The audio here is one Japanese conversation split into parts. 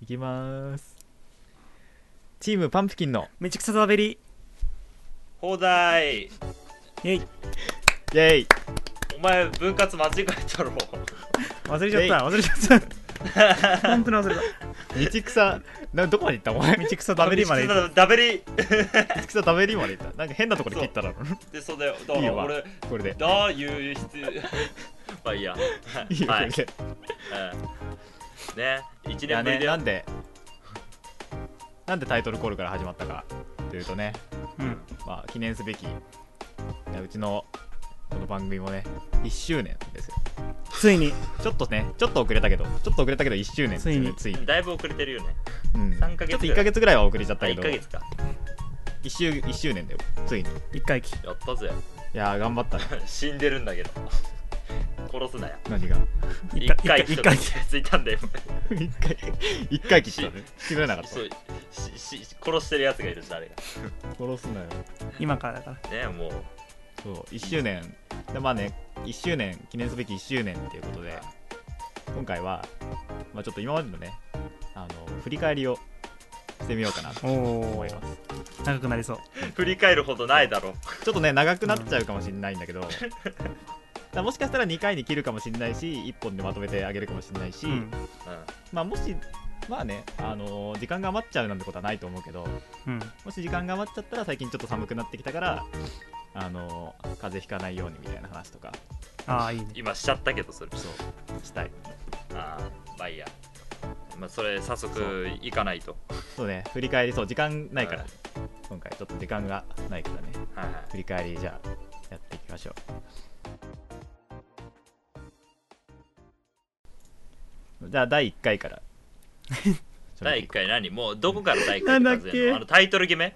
いきますチームパンプキンのめちゃくちゃザベリ放ーイ題ェイイェイお前分割間違えたろ忘れちゃった忘れちゃった本当に忘れた道草などこまで行ったお前道道草ダベリまで行っダベリ草食べりまで行ったなんか変なところで切っただろ でそうだよだかいいらわ俺これでだいう必要 まあいいやいいよこはいれで、うんね一いや年ぶねりだよなんでなんでタイトルコールから始まったかというとね、たうんまあ、記念すべきいやうちのこの番組もね1周年ですよついにちょっとねちょっと遅れたけどちょっと遅れたけど1周年ですよねつついにだいぶ遅れてるよねうん、三ヶ月ちょっと1か月ぐらいは遅れちゃっあたけ1どヶ月か 1, 周一周年だよついにい一回きやったぜ やー頑張ったね死んでるんだけど殺すなよ何が 一一回回一一回回ついたんだよ一回一回切ったね切れなかったそうしし殺してるやつがいる誰か殺すなよ今からだからねもうそう1周年でまあね1周年記念すべき1周年っていうことで今回は、まあ、ちょっと今までのねあの振り返りをしてみようかな とお思おいます長くなりそう振り返るほどないだろちょっとね長くなっちゃうかもしれないんだけど、だからもしかしたら2回に切るかもしれないし1本でまとめてあげるかもしれないし、うんうんまあもしまあね、あの時間が余っちゃうなんてことはないと思うけどうんもし時間が余っちゃったら最近ちょっと寒くなってきたから、あの風邪ひかないようにみたいな話とかああいいね今しちゃったけどそれそうしたいああまあいいやまあそれ早速行かないとそうね、振り返り、そう、時間ないからはい、今回ちょっと時間がないからね、はいはい振り返り、じゃあ、やっていきましょう。じゃあ、第1回から。 第1回何もうどこから第1な回ん数だえっるけのあのタイトル決め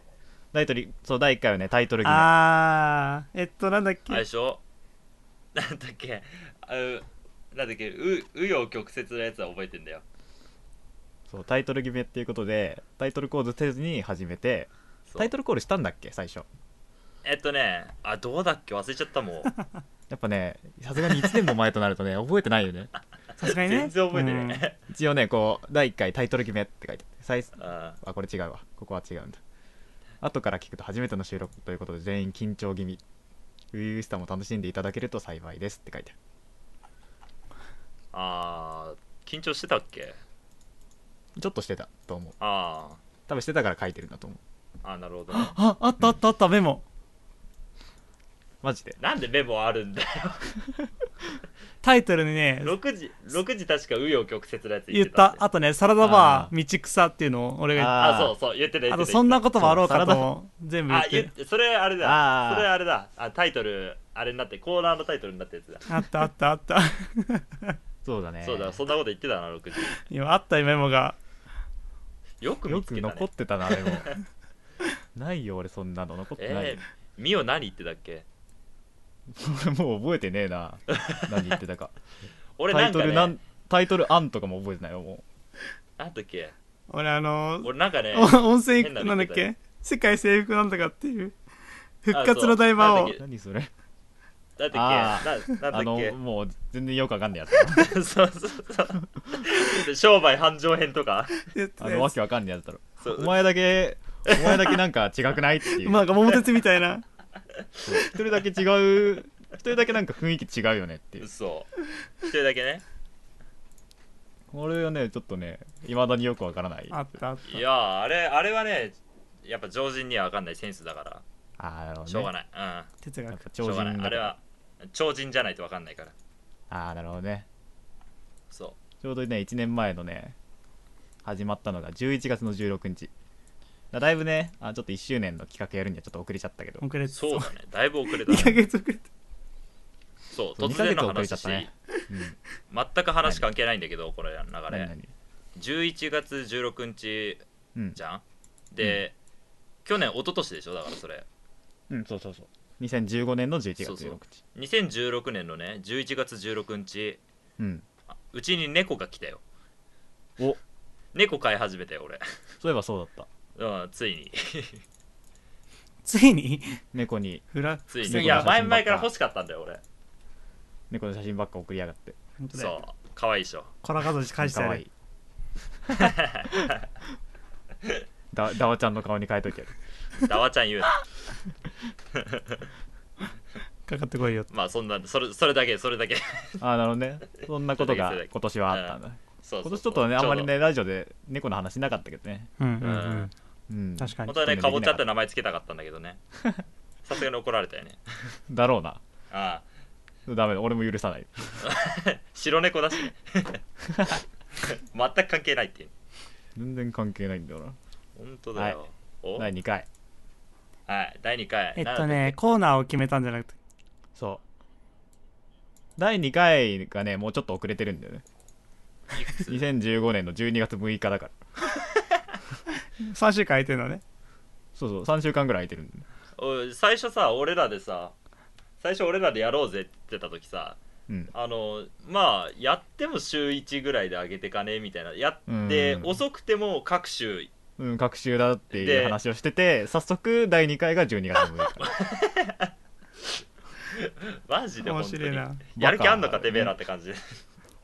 タイトル、そう、第1回はね、タイトル決めあーえっとなんだっあれけでしょなんだっけあうなんだっけう紆余曲折のやつは覚えてんだよそう、タイトル決めっていうことで、タイトルコールせずに始めて、そうタイトルコールしたんだっけ、最初。えっとねあどうだっけ忘れちゃっ たもうやっぱね、さすがに1年も前となるとね、 覚えてないよね。さすがにね全然覚えてない、一応ね、こう、第1回タイトル決めって書いてあって最 ああこれ違うわここは違うんだ後から聞くと初めての収録ということで全員緊張気味初々しさも楽しんでいただけると幸いですって書いてあるあー緊張してたっけちょっとしてたと思うあー多分してたから書いてるんだと思うあーなるほど ねああったあったあったメモマジでなんでメモある んだよタイトルにね6時6時確か紆余曲折のやつ言言っってたたんだよあとねサラダバー道草っていうのを俺が言っあそうそう言ってた言ってたたあとそんなこともあろうかそうとも全部言っあて言っるてそれあれあだーそれあれだあタイトルあれになってコーナーのタイトルになったやつだ、あったあったあった そうだねそうだそんなこと言ってたな6今あったメモが時よくよ見つくけた、ね、残ってたな でもないよ俺そんなの残ってないえ、ー、ミオ何言ってたっけ俺もう覚えてねえな何言ってたか 俺タなイんか、トね、ルななんんタイトル案とかも覚えてないよもだっけ俺あの俺なんかねお温泉行く変ななんのだっ言ってたよけ世界征服なんだかっていう復活の大魔あ王そう何それなんだあっけあななんだっのけもう全然よくわかんないやつ そうそうそう商売繁盛編とかやってたあやのわつけわかんないやつだろそうお前だけお前だけなんか違くないっていうまあ桃鉄みたいなそう一人だけ違う一人だけなんか雰囲気違うよねっていうそう一人だけねこれはねちょっとねいまだによくわからない ああったあっいやーあれあれはねやっぱ常人には分かんないセンスだからあなるほどねしょうがない、うんた哲やっ学ぱしょ超うがない人だあかれらは超人じゃないと分かんないからああなるほどねそちょうどね1年前のね始まったのが11月の16日だだいぶねあちょっと1周年の企画やるにはちょっと遅れちゃったけど遅れうて そうだね だいぶ遅れた2ヶ月遅れてそうそう突然の二ヶ月遅れちゃ話っしてたねうん全く話関係ないんだけどこれ流何れ何11月16日うんじゃんで、去年一昨年でしょだからそれうんそうそうそう2015年の11月16日そうそう2016年のね11月16日うんあうちに猫が来たよお猫飼い始めたよ俺、そういえばそうだったうん、ついについに猫にフラつい猫の写真ばっかにいや前々から欲しかったんだよ俺猫の写真ばっか送りやがって本当だそよう可愛いでしょコラカゾし返してかやわれいい だだわちゃんの顔に変えときゃダワちゃん言うなかかってこいよまあそんなそれそれだけそれだけああなるほどねそんなことがそれだけ今年はあったんだそうそう今年ちょっとねあんまりねラジオで猫の話なかったけどねうんうんううんんうん確かに本当はねかぼちゃって名前つけたかったんだけ どねさすがに怒られたよねだろうなあダメだ俺も許さないあ白猫だし ね全く関係ないっていう全然関係ないんだよな本当だよ、はおは第い2回第2回えっとねコーナーを決めたんじゃなくてそう第2回がねもうちょっと遅れてるんだよねなんだいくつ2015年の12月6日だから3週間空いてるのねそうそう3週間ぐらい空いてるんだよねおい最初さ俺らでさ最初俺らでやろうぜって言ってた時さうんあのまあやっても週1ぐらいで上げてかねみたいなやって、うん遅くても各週うん、隔週だっていうで話をしてて早速第2回が12月6日マジで面本当白いになやる気あんのかバカだねてめえらって感じで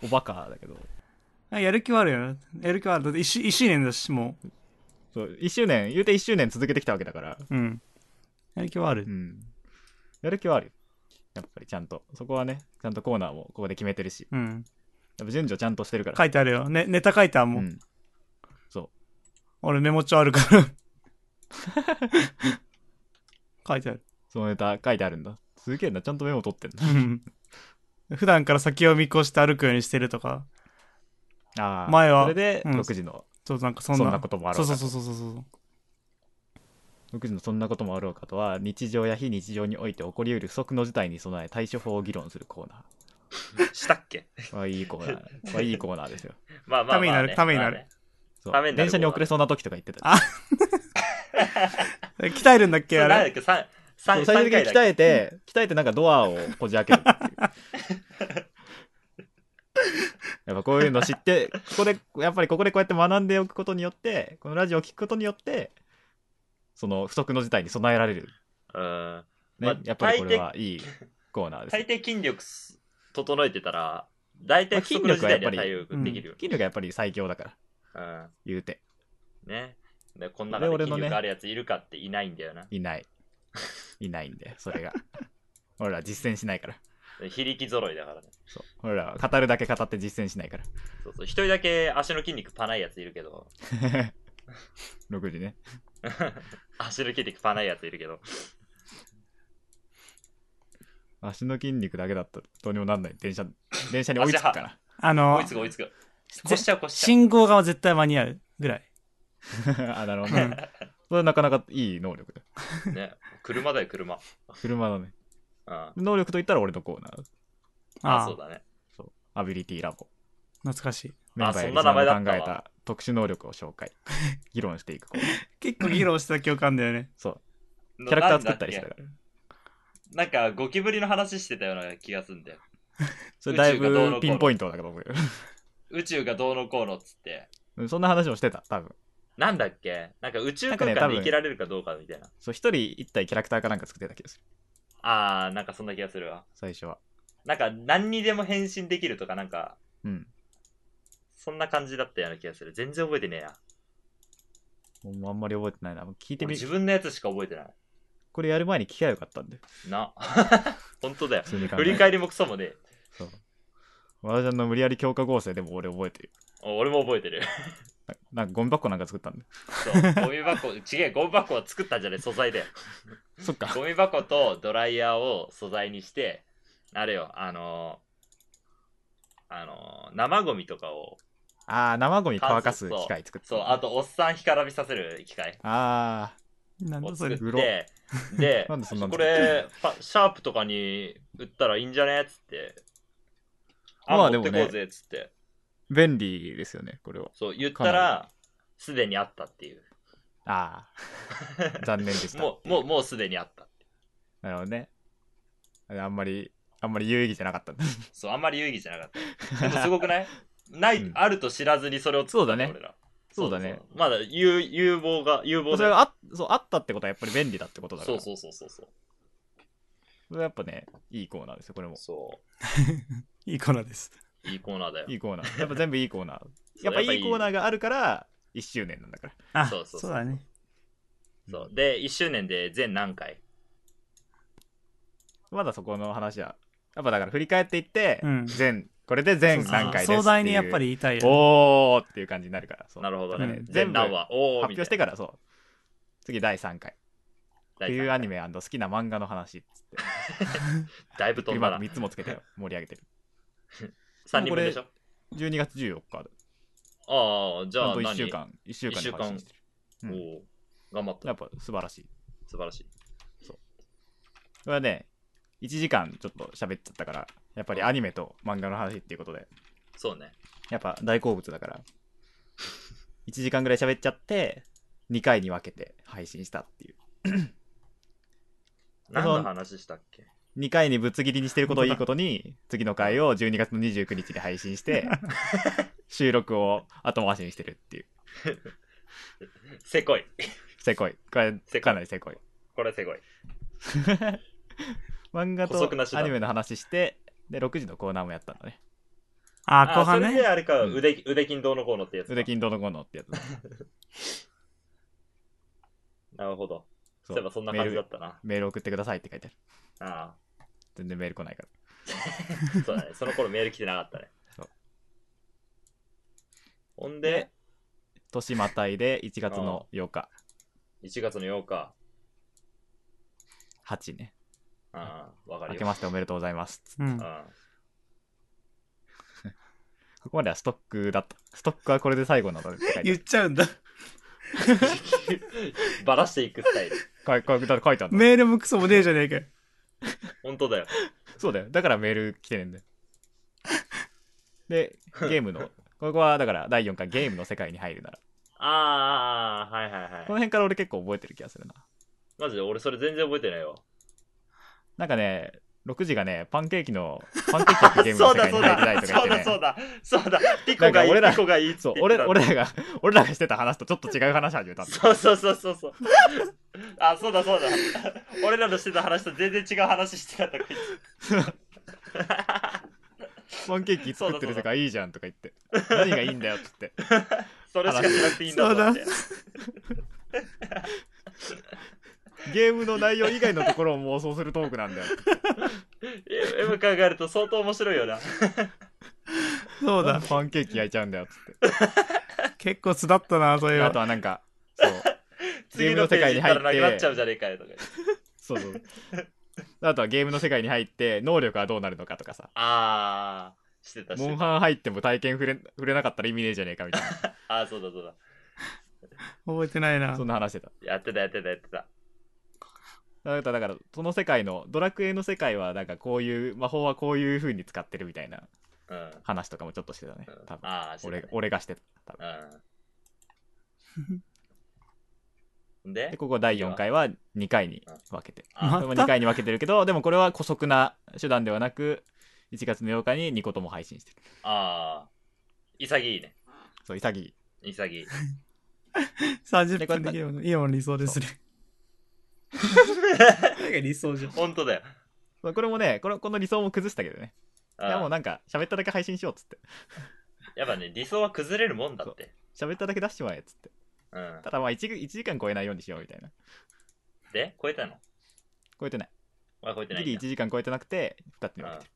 おバカだけどあやる気はあるよなやる気はあるだって 1, 周年だしもそう1周年言うて1周年続けてきたわけだからううんやる気はある、うんやる気はあるよやっぱりちゃんとそこはねちゃんとコーナーもここで決めてるしうん、やっぱ順序ちゃんとしてるから書いてあるよ、ね、ネタ書いてあるもん、うん、そ俺メモ帳あるから 書いてあるうそのネタ書いてあるんだすげえなちゃんとメモ取ってんだうん普段から先を見越して歩くようにしてるとかあー前はそれでうん6時の、そうなんかそそんんななこともあろそううかそうとそうそうそうそう6時のそんなこともあろうかとは日常や非日常において起こりうる不測の事態に備え対処法を議論するコーナしたっけーまあいいコーナーまあいいコーナーですよまあまあまあ、ね、ためになるためになるまあねそうためになる電車に遅れそうな時とか言ってたあえ鍛えるんだっそけれあなんだれっけさんそう三最三終的回にだっ鍛けえて鍛えてなんかドアをこじ開けるっていう やっぱこういうの知ってここでやっぱりここでこうやって学んでおくことによってこのラジオを聞くことによってその不測の事態に備えられる、うんねまあやっぱりこれはいいコーナーです大抵筋力す整えてたら大体まあ不足の時代には筋力は対や応できるよ、筋力がやっぱり最強だからうん言うてねでこん中で俺筋のね力あるやついるかっていないんだよな、いないいないんでそれが俺ら実践しないから非力揃いだからねそう俺らは語るだけ語って実践しないから そうそう一人だけ足の筋肉パないやついるけど6時ね足の筋肉パないやついるけど足の筋肉だけだったらどうにもなんない電車電車に追いつくからあの追いつく追いつくぜ越しちゃう越しちゃう信号が絶対間に合うぐらい あなるほどうね、んそれはなかなかいい能力だね、車だよ車、うん、車だねあ能力といったら俺のコーナーあそうだねそうアビリティラボ懐かしいメンバーやリそんスナな名前だーっのた考わえた特殊能力を紹介 議論していくコーナー結構議論してた記憶あんだよねそうキキャラクター作ったりしてたからなんかゴキブリの話してたような気がすんだよそれだい宇宙がどうのこうぶのピンポイントだけど僕宇宙がどうのこうのっつってうん そんな話もしてた多分なんだっけなんか宇宙な空んか間ねで多分生きられるかどうかみたいなそう一人一体キャラクターかなんか作ってた気がするああなんかそんな気がするわ最初はなんか何にでも変身できるとかなんかうんそんな感じだったような気がする全然覚えてねえなもうあんまり覚えてないなもう聞いて俺み自分のやつしか覚えてないこれやる前に聞きゃよかったんで な本当だよ普通に考振えりて返りもクソもねえ和田ちゃんの無理やり強化合成でも俺覚えてるお俺も覚えてるななんかゴミ箱なんか作ったんでそうゴミ箱違えゴミ箱を作ったんじゃない素材でそっかゴミ箱とドライヤーを素材にしてあれよあのーあのー生ゴミとかをああ生ゴミ乾かす機械作ったそうあとおっさん干からびさせる機械あなんをだそ作れ ってでなんでそんなのこれパシャープとかに売ったらいいんじゃねっつってあ、まあ持っでてもこうねぜっつってー便利ですよねこれはそう言ったらすでにあったっていうあ あ残念でしたもうもうもうすでにあったなるほどねあんまりあんまり有意義じゃなかったんだそうあんまり有意義じゃなかっ たでもすごくないない、うんあると知らずにそれを作ったねそうだね俺らそうだねそうまだ有有望が有望そだれよがあそうあったってことはやっぱり便利だってことだかそらうそうそうそうそうそれはやっぱねいいコーナーですよこれもそいいコーナーですういいコーナーだよいいコーナーやっぱ全部いいコーナーそうやっぱいいコーナーーがあるから1周年なんだからあそうそうそうだねそうで1周年で全何回まだそこの話はやっぱだから振り返っていって、うん全これで全そうそう何回ですっていう壮大にやっぱり言いたいよねおーっていう感じになるからそうなるほどね、うん全何話おお発表してからそう次第3回冬アニメメ好きな漫画の話っ つってだいぶ飛んだ今な3つもつけて盛り上げてる3人分でしょ12月14日だああじちゃゃんあと何1週間1週間で配信してるうんおお頑張っやったぱ素晴らしい素晴らしいこれはね1時間ちょっと喋っちゃったからやっぱりアニメと漫画の話っていうことでそうねやっぱ大好物だから1時間ぐらい喋っちゃって2回に分けて配信したっていう何の話したっけ2回にぶつ切りにしてることをいいことに次の回を12月の29日に配信して 収録を後回しにしてるっていうせこいせこいこせこれいかなりせこい これせこい漫画補足なしとアだニメの話してで6時のコーナーもやったんだねあ後半それでねあれか、うん腕腕筋どうのこうのってやつか腕金どうのこうのってや つなるほどそそういえばそんな感じメだーっルたなメール送ってくださいって書いてあるあ全然メール来ないからあそうだねその頃メール来てなかったねそうほんで年またいで1月の8日1月の8日8ねああわか明るけよましておめでとうございますうんあここまではストックだったストックはこれで最後なのでって書いてあ言っるちゃうんだあばらしていくスタイルこれこれだって書いてあるメールもクソもねえじゃねえかよ本当だよそうだよだからメール来てねえんだよでゲームのここはだから第4回ゲームの世界に入るならああはいはいこのはい辺から俺結構覚えてる気がするなマジで俺それ全然覚えてないよなんかね6時がねパンケーキのパンケーキってゲームの世界に入りたいとか言ってねだそう だピなんか俺らがいいっつそっうて言って俺た俺らが俺らがしてた話とちょっと違う話始めたんだそうそうそうそうそうあそうだ そうだ俺らのしてた話と全然違う話してたとか言ってパンケーキ作ってる世界いいじゃんとか言って何がいいんだよって言ってそれしかしなくていいんだと思ってゲームの内容以外のところを妄想するトークなんだよ。え今考えると相当面白い よなそうだパンケーキ焼いちゃうんだよっつっ結構巣立ったなそういて。うあとはなんか、そう。ゲー次ムのの世世界界に入ってに入ったらなくなっちゃうじゃねえかよとか言ってそうそう。あとはゲームの世界に入って、能力はどうなるのかとかさ。ああしてたしモンハン入っても体験触れ触れなかったら意味ねえじゃねえかみたいああそうだそうだ覚えてないなな。そんな話してた。やってたやってたやってただから、だからその世界の、ドラクエの世界はなんかこういう、魔法はこういう風に使ってるみたいなうん話とかもちょっとしてたねうん。多分。ああしてたね俺俺がしてた。多分うん で、でここ第4回は2回に分けて。あこれもまた2回に分けてるけど、でもこれは古速な手段ではなく、1月の8日に2個とも配信してる。あー潔いねそう、潔い。潔い30分できればいいもん理想 ですねなんか理想じゃん本当だよそうこれもねこの、この理想も崩したけどね。いうんやもうなんか、喋っただけ配信しようっつって。やっぱね理想は崩れるもんだって喋っただけ出してもらえっつって。うんただまあ1、1時間超えないようにしようみたいな。で超えたの超えてない。あ超えてないギんだリ1時間超えてなくて、2つに分けてる。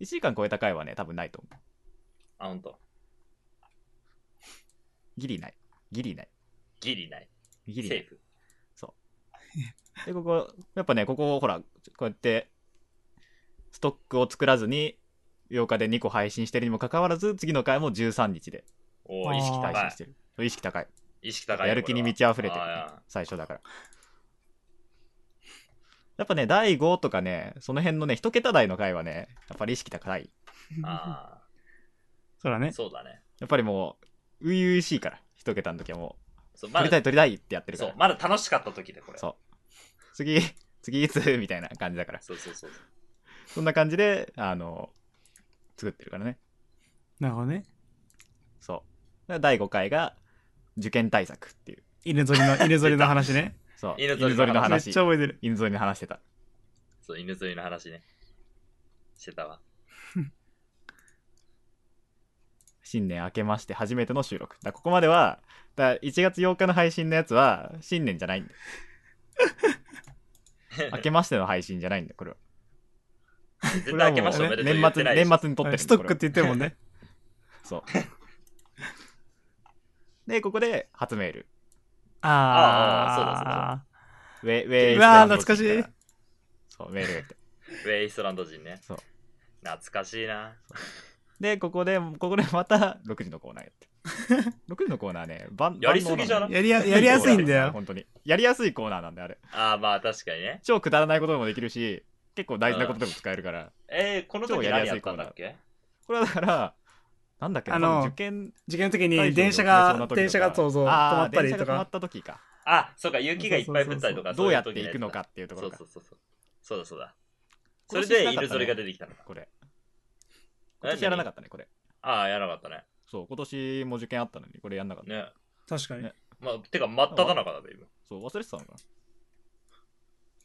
1時間超えた回はね、多分ないと思あ、ほんと。う。ギリない。ギリない。ギリない。ギリないセー。フ。で、ここ、やっぱね、ここ、ほら、こうやって、ストックを作らずに、8日で2個配信してるにもかかわらず、次の回も13日でおあーー意識配高信いしてる。意識高い。。意識高いよ。やる気に満ちち溢れてる、ね最初だから。やっぱね、第5とかね、その辺のね、一桁台の回はね、やっぱり意識高い。あそうだあ、ねそうだね。やっぱりもう、初々しいから、一桁の時はもそう、う、ま取りただい、取りたいってやってるかそうら。まだ楽しかった時で、これ。そそう次、次いつみたいな感じだから。うそうそう。そんな感じで、あの、作ってるからね。なるほどねそう。だから第5回が、受験対策っていう。犬ぞり の犬ぞりの話ねそう。犬犬ぞぞりりののめっ話ちゃ。覚えてる犬ぞりの話してた。そう、犬沿いの話ね。してたわ。新年明けまして初めての収録。だからここまでは、だから1月8日の配信のやつは新年じゃ ないんだよ明けましての配信じゃないんだよこれは絶対明けましておめでとう言年って末ない年末に撮ってるんだよストッこクれっはて言ってるもんね。そうでここで初メールああウェウェイうわースランド人懐かしいらそうメールが来てウェイストランド人ね。そう懐かしいな。でここでここでまた6時のコーナーやっ て6時のコーナーねばんやりすぎじゃな万能のやいりややりやすいんだよ。本当にやりやすいコーナーなんであれああ、まあ確かにね。超くだらないことでもできるし結構大事なことでも使えるからえー、この時超や何りややすいったんだっけこれはだからなんだっけなあの多分受験受験の会時場にの電車会場のが時とか電車がそうそう止あーまった電りと車が止まっか。た時かあ、そうか、雪がいっぱい降ったりとか。どうやってそい時のいくのやつだかっていうところそうかそうそうそう。そうだそうだ。そ今れ年でしなか犬ったねぞりが出てきたのか。これ今年やらなかったねこれああ、やらなかったね。そう今年も受験あったのにこれやんなかったね。確かにね。まあ、てか、真っ只中だね、今。そう忘れてたのかなで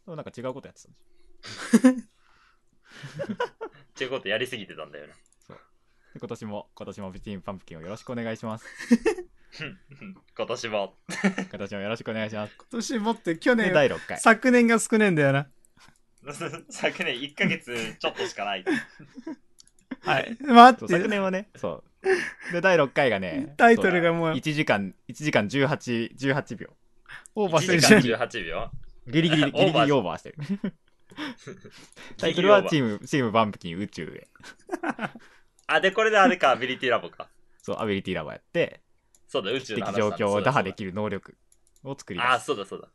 もなんか違うことやってたんでっていうことやりすぎてたんだよね。 今年も今年もピチンパンプキンをよろしくお願いし ます今年も。 今年もよろしくお願いします今年もって去で年第6回昨年が少ねえんだよな。昨年1ヶ月ちょっとし かない。はい。待そっう昨て。年はねそうで第6回がねタイトルがもう1時間1時間18 18秒オーバーして1る時じゃん。間18秒。ギ リギリギリギリオーバーしてるタイトルはチームチームパンプキン宇宙へあ、で、これであれか、アビリティラボか。そうアビリティラボやってそうだ、宇宙敵の話状だ況を打破できる能力を作り出ああ、すそうだそうだ。こ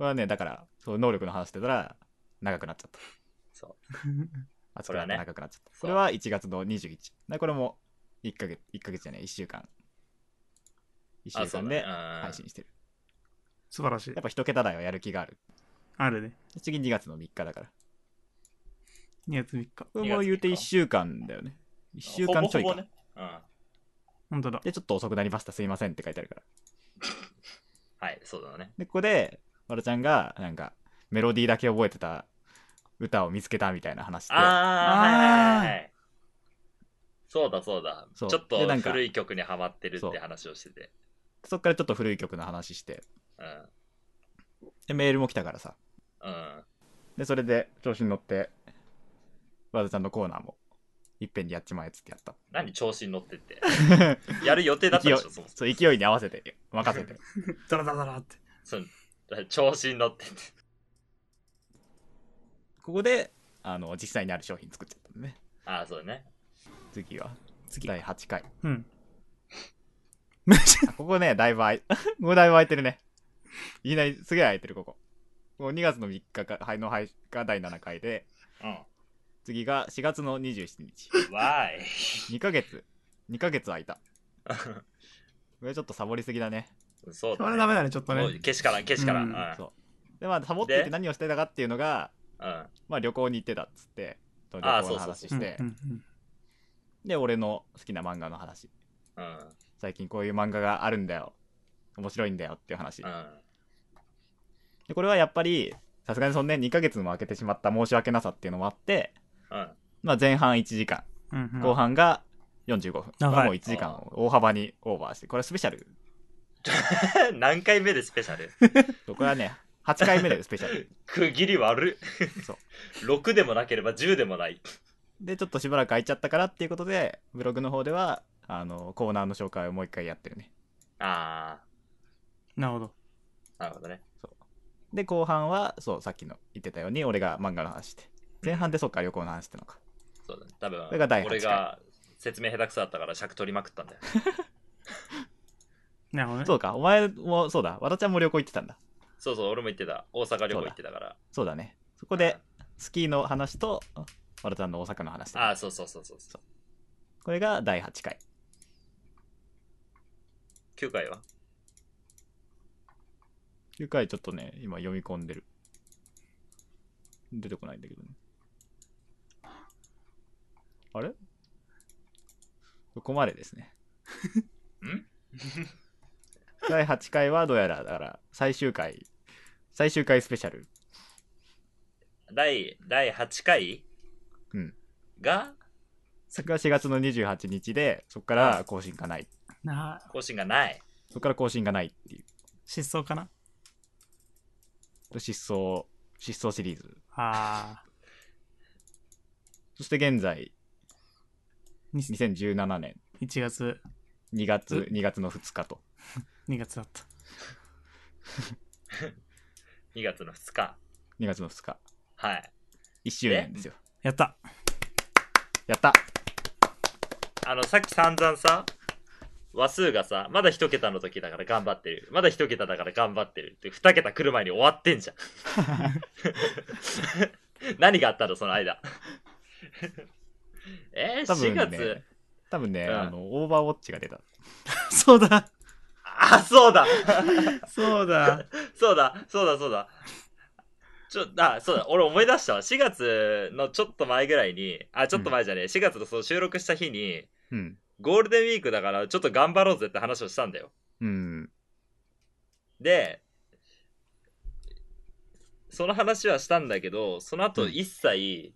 れはねだからそう能力の話してたら長くなっちゃったあこそれれははね長くなっちゃったそうこれは1月の21だこれも1ヶ月1ヶ月じゃない1週間1あ週そう間だでね配信してる素晴らしいやっ。ぱ一桁台はやる気があるあるね。次2月の3日だから2月3日。これも言うて1週間だよね1週間ちょいかほぼほぼね。うん。本当だ。でちょっと遅くなりましたすいませんって書いてあるからはい、そうだね。でここでまるちゃんがなんかメロディーだけ覚えてた歌を見つけたみたいな話でああ、はいはいはいはあい。そうだそうだ。そうちょっとでなんか古い曲にハマってるっそうて話をしてて。そっからちょっと古い曲の話してうん。でメールも来たからさうん。でそれで調子に乗って和田ちゃんのコーナーもいっぺんにやっちまえっつってやった 何調子に乗ってって。 やる予定だったでしょ、そもそもそう勢いに合わせて任せてダラダラダラって。そうだから調子に乗ってって。ここであの実際にある商品作っちゃったのねああ、そうだね。次は次第8回 うん。めっちゃあここねだいぶ空いもうだいぶ空いてるねいきなりすげえ空いてるここもう2月の3日かはいの配信が第7回でう次が4月の27日ん。わーい。 2ヶ月2ヶ月空 いたこれちょっとサボりすぎだねそうそだ、れね。はダメだね、ちょっともうね。けしからん、けしからん。ううんん。そうでまあサボっていてで何をしてたかっていうのがうん。まあ旅行に行ってたっつって旅あー行の話うしんうてんうんで俺の好きな漫画の話うん。最近こういう漫画があるんだよ面白いんだよっていう話うん。でこれはやっぱりさすがにそんね2ヶ月も空けてしまった申し訳なさっていうのもあって、うん。まあ、前半1時間うんうん後半が45分、長いこれもう1時間を大幅にオーバーしてこれはスペシャル 何回目でスペシャルこれはね8回目 でスペシャル区切り悪そうい6でもなければ10でもないでちょっとしばらく空いちゃったからっていうことでブログの方ではあのコーナーの紹介をもう一回やってるねあなるほど。あなるほどねで後半はそうさっきの言ってたように俺が漫画の話して前半でそっか旅行の話してのかそうだね多分れが第八回俺が説明下手くそだったから尺取りまくったんだよなるほどね。そうかお前もそうだ和田ちゃんも旅行行ってたんだそうそう俺も言ってた大阪旅行行ってたからそうだねそここでスキーの話と和田ちゃんの大阪の話だああそうそうそうそうそうこれが第8回9回は9回ちょっとね今読み込んでる出てこないんだけどねあれここまでですねん 第8回はどうやらだから最終回最終回スペシャル第第8回うんがそれが4月の28日でそこから更新がないなあ更新がない。そこから更新がないっていう失踪かなで失踪失踪シリーズああそして現在に2017年1月2月2月の2日と2月だった2月の2日。 2月の2日はい。 1周年ですよやった やったあの、さっき散々さ、話数がさ、まだ一桁の時だから頑張ってる。まだ一桁だから頑張ってるって、二桁来る前に終わってん じゃん。 何があったの、その間。 えー、多分ね4月。多分ね、うんあのオーバーウォッチが出たそうだあ、そうだそうだそうだそうだそうだちょ、あ、そうだ、俺思い出したわ。4月のちょっと前ぐらいに、あ、ちょっと前じゃねえ、4月のその収録した日に、うんゴールデンウィークだからちょっと頑張ろうぜって話をしたんだよ。うんで、その話はしたんだけど、その後うん一切、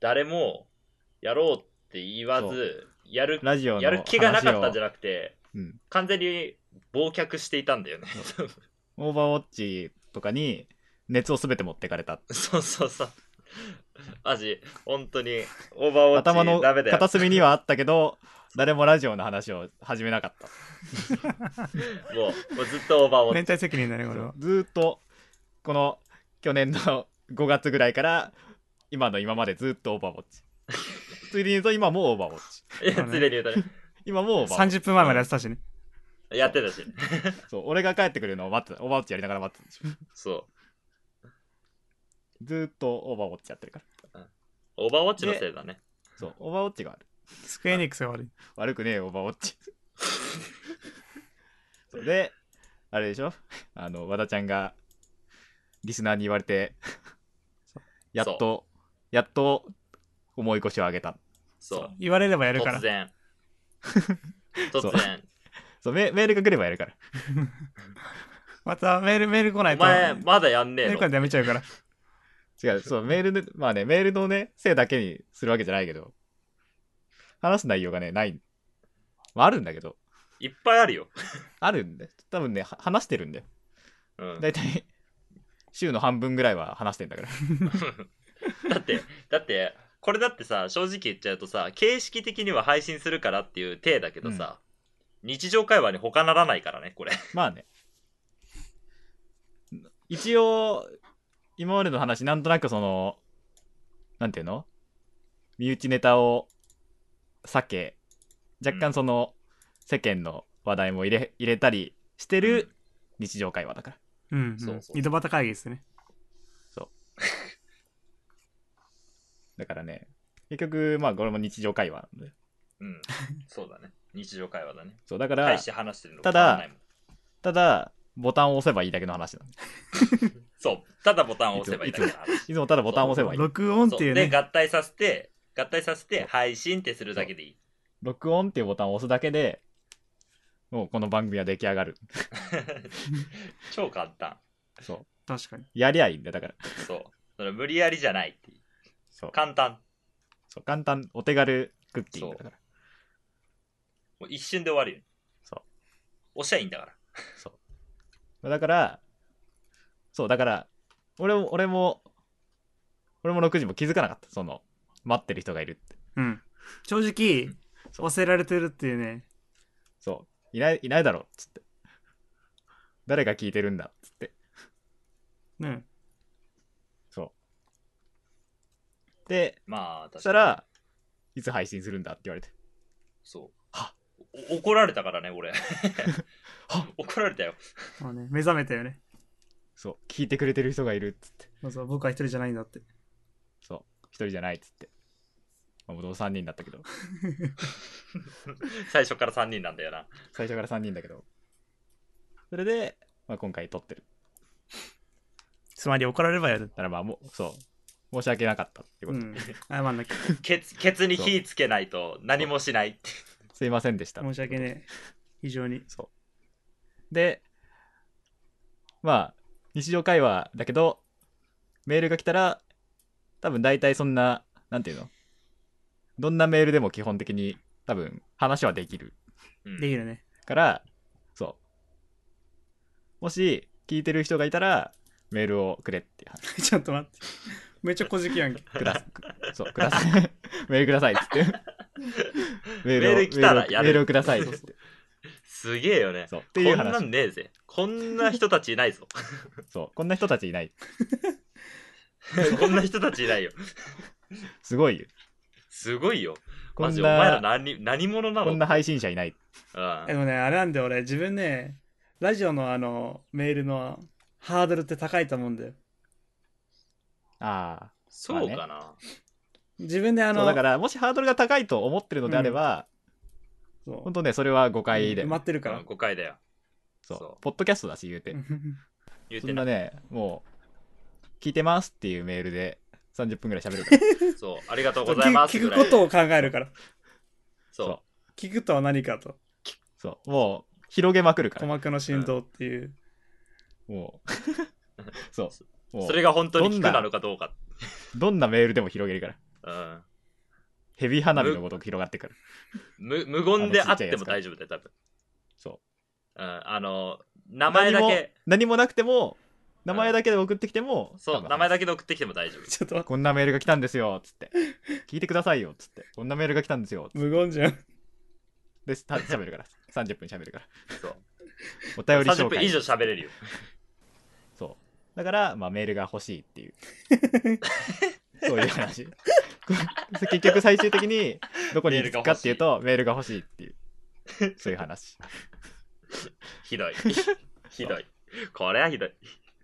誰もやろうって言わず、やる、ラジオのやる気がなかったんじゃゃなくて、うん、完全に忘却していたんだよね。オーバーウォッチとかに熱を全て持ってかれたそうそうそう。マジ、本当に、オーバーウォッチ頭のダメだよ片。隅にはあったけど誰もラジオの話を始めなかったもう、もうずっとオーバーウォッ連チ。帯責任だねこれそうはずーっとこの去年の5月ぐらいから今の今までずーっとオーバーウォッチついでに言うと今もオーバーウォッチいやついでに言うとね、今もオーバーウォッチ30分前までやってたしねやってたし。そう俺が帰ってくるのを待ってたオーバーウォッチやりながら待ってたんですよそう。ずーっとオーバーウォッチやってるからオーバーウォッチのせいだね。そうオーバーウォッチがあるスクエニックスが悪い悪くねえよオーバーウォッ チそうであれでしょあの和田ちゃんがリスナーに言われ てやっとやっと重い腰を上げたそう。言われればやるから突然。そう突然。そうメメールが来ればやるからまたメールメール来ないおと前、メまだやんねーえルの来ないとやめちゃうから違う、そう、メールで、まあね、メールのね、せいだけにするわけじゃないけど、話す内容がね、ない。まあ、あるんだけど、いっぱいあるよ。あるんで、多分ね、は話してるんだよ。うん、だだいたい、週の半分ぐらいは話してんだから。って、だって、これだってさ、正直言っちゃうとさ、形式的には配信するからっていう体だけどさ、日常会話に他ならないからね、これ。まあね。一応、今までの話、なんとなくその、なんていうの身内ネタを避け、若干その、世間の話題も入れ入れたりしてる日常会話だから。うん、うんそうそう井戸端会議ですねだからね、結局、まあ、これも日常会話なんで。うん。そうだね。日常会話だね。そう、だか大らし、て話してるのただ変わんないもんただ、ボタンを押せばいいだけの話なんで。そう。ただボタンを押せばいいだけの話。いつもただボタンを押せばいい。録音っていそううで、ね合体させて、合体させて、配信ってするだけでいい。録音っていうボタンを押すだけで、もうこの番組は出来上がる。超簡単。そう。確かにやりゃいいんだよ、だから。そう。それ無理やりじゃないっていう。そう。簡単。そう簡単、お手軽クッキングだから。もう一瞬で終わるよ。。そう押しゃいいんだから。まあだから、そう、だから、俺も、俺も、俺も6時も気づかなかった。その、待ってる人がいるって。うん正直忘れられてるっていうねそう。いない、いないだろ、つって。誰が聞いてるんだ、つって。ねで、まあ、確かそにした、ら、いつ配信するんだって言われて。そう。はお怒られたから ね、俺。怒られたよ。まあね目覚めたよねそう、聞いてくれてる人がいるっつって。まずは僕は一人じゃないんだってそう、一人じゃないっつって。まあ、もともと3人だったけど、最初から3人なんだよ な。最初から3人だけど。それで、まあ、今回撮ってる。つまり怒られればやるだからまあ、もう、そう、申し訳なかったっていううこと。ん謝んなきゃケツケツに火つけないと何もしないって。すいませんでした。申し訳ねえ非常にで、まあ、日常会話だけど、メールが来たら、多分大体そんな、なんていうのどんなメールでも基本的に、多分話はできる。うんできるね。 から、そう。もし、聞いてる人がいたら、メールをくれっていう話。ちょっと待って。めっちゃ小じきやんけ。くださ、く そう、ください。メールくださいっつって。 メメール来たメらールをやるメールをくださいっつって。すげえよね。そう。ってこんいうな話。んねえぜ。こんな人たちいない ぞ。そう。こんな人たちいない。こんな人たちいないよ。すごいよ。すごいよ。こマんジお前らな、何何者なのこんな配信者いない。うんでもね、あれなんで俺、自分ね、ラジオのあの、メールのハードルって高いと思うんだよ。あそうかな。自分でああ。の、そう、だから、もしハードルが高いと思ってるのであれば、そう本当ね、それは誤解で埋。まってるから。誤解だよ。そ。そうポッドキャストだし、言うて。言うそてんな。ないね、もう、聞いてますっていうメールで30分ぐらい喋る から。そう。ありがとうそごうざい聞ます聞ぐくらこいで。とを考えるから。そう。聞くとは何かと。そう。もう、広げまくるか鼓ら。膜の振動っていう。もう。 そう。もうそれが本当に聞くなのかどうか。どんなメールでも広げるから。うん。ヘビー花火のごとく広がってくる。無無言であっても大丈夫だよ、多分。そう。うん。あの、名前だけ、何もなくても、名前だけで送ってきても、そう、名前だけで送ってきても大丈夫。ちょっと待ってこんなメールが来たんですよ、つって。聞いてくださいよ、つって。こんなメールが来たんですよ、つって。無言じゃん。で、た喋るから。30分喋るから。そう。お便り30紹分介。以上喋れるよ。そう。だから、まあ、メールが欲しいっていう。そういう話。こ結局、最終的に、どこに行くかっていうと、メールが欲しいっていう。そういう話。ひどい。ひどい。これはひどい。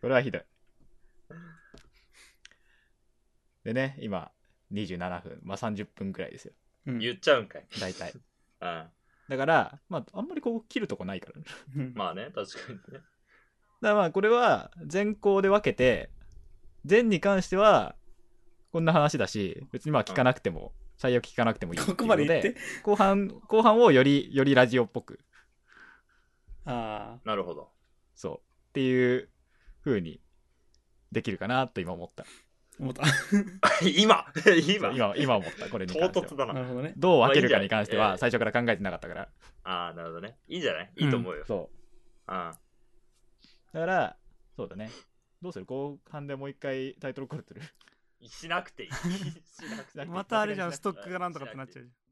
これはひどい。でね、今、27分、まあ30分くらいですよ。うん言っちゃうんかい。大体。うん。だから、まあ、あんまりここ切るとこないから、ね。うんまあね、確かにね。だからまあ、これは、全校で分けて、全に関しては、こんな話だし、別にまあ聞かなくても、最悪聞かなくてもいいっていこうこのまで言っで、て。後半、後半をより、よりラジオっぽく、あなるほど。 そう、っていう風にできるかなと今思った。あ、 思った。今今そう今、今思った、これに唐関しては突 だなな。るほどね。どう分けるかに関してまあいいは、ん最初から考えてなかったから。ああ、なるほどね。いいんじゃないいいと思うよ。そう。うん。だから、そうだね。どうする後半でもう一回タイトルコールする。しなくていい。しなくていい またあれじゃん、ストックがなんとかってなっちゃうじゃん。